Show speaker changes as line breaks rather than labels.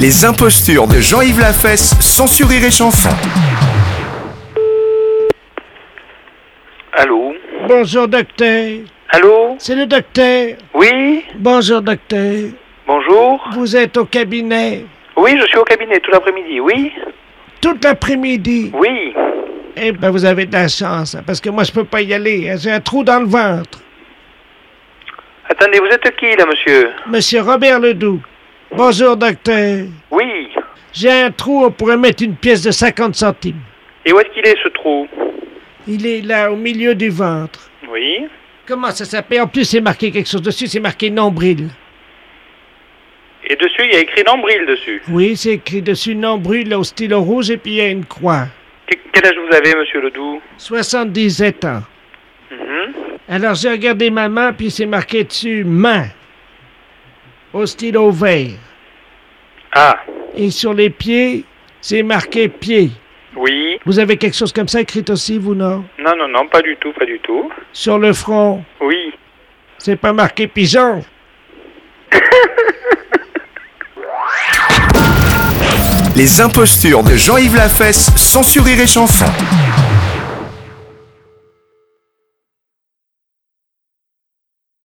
Les impostures de Jean-Yves Lafesse, sans et chanson.
Allô
Bonjour docteur,
Allô
c'est le docteur.
Oui
Bonjour docteur,
Bonjour
vous êtes au cabinet
Oui, je suis au cabinet tout l'après-midi. Oui
toute l'après-midi.
Oui
Eh ben vous avez de la chance, hein, parce que moi je peux pas y aller, hein, j'ai un trou dans le ventre.
Attendez, vous êtes qui là, monsieur
Monsieur Robert Ledoux. Bonjour docteur,
Oui
j'ai un trou, on pourrait mettre une pièce de 50 centimes.
Et où est-ce qu'il est ce trou
Il est là au milieu du ventre.
Oui
Comment ça s'appelle En plus c'est marqué quelque chose dessus, c'est marqué nombril.
Et dessus, il y a écrit nombril dessus.
Oui, c'est écrit dessus nombril au stylo rouge et puis il y a une croix.
Que- Quel âge vous avez, monsieur Ledoux
77 ans.
Mhm.
Alors j'ai regardé ma main, puis c'est marqué dessus main, au stylo vert.
Ah
Et sur les pieds, c'est marqué pied.
Oui
Vous avez quelque chose comme ça écrit aussi, vous, non
Non, non, non, pas du tout, pas du tout.
Sur le front,
Oui
c'est pas marqué pigeon.
Les impostures de Jean-Yves Lafesse, sans et chanson.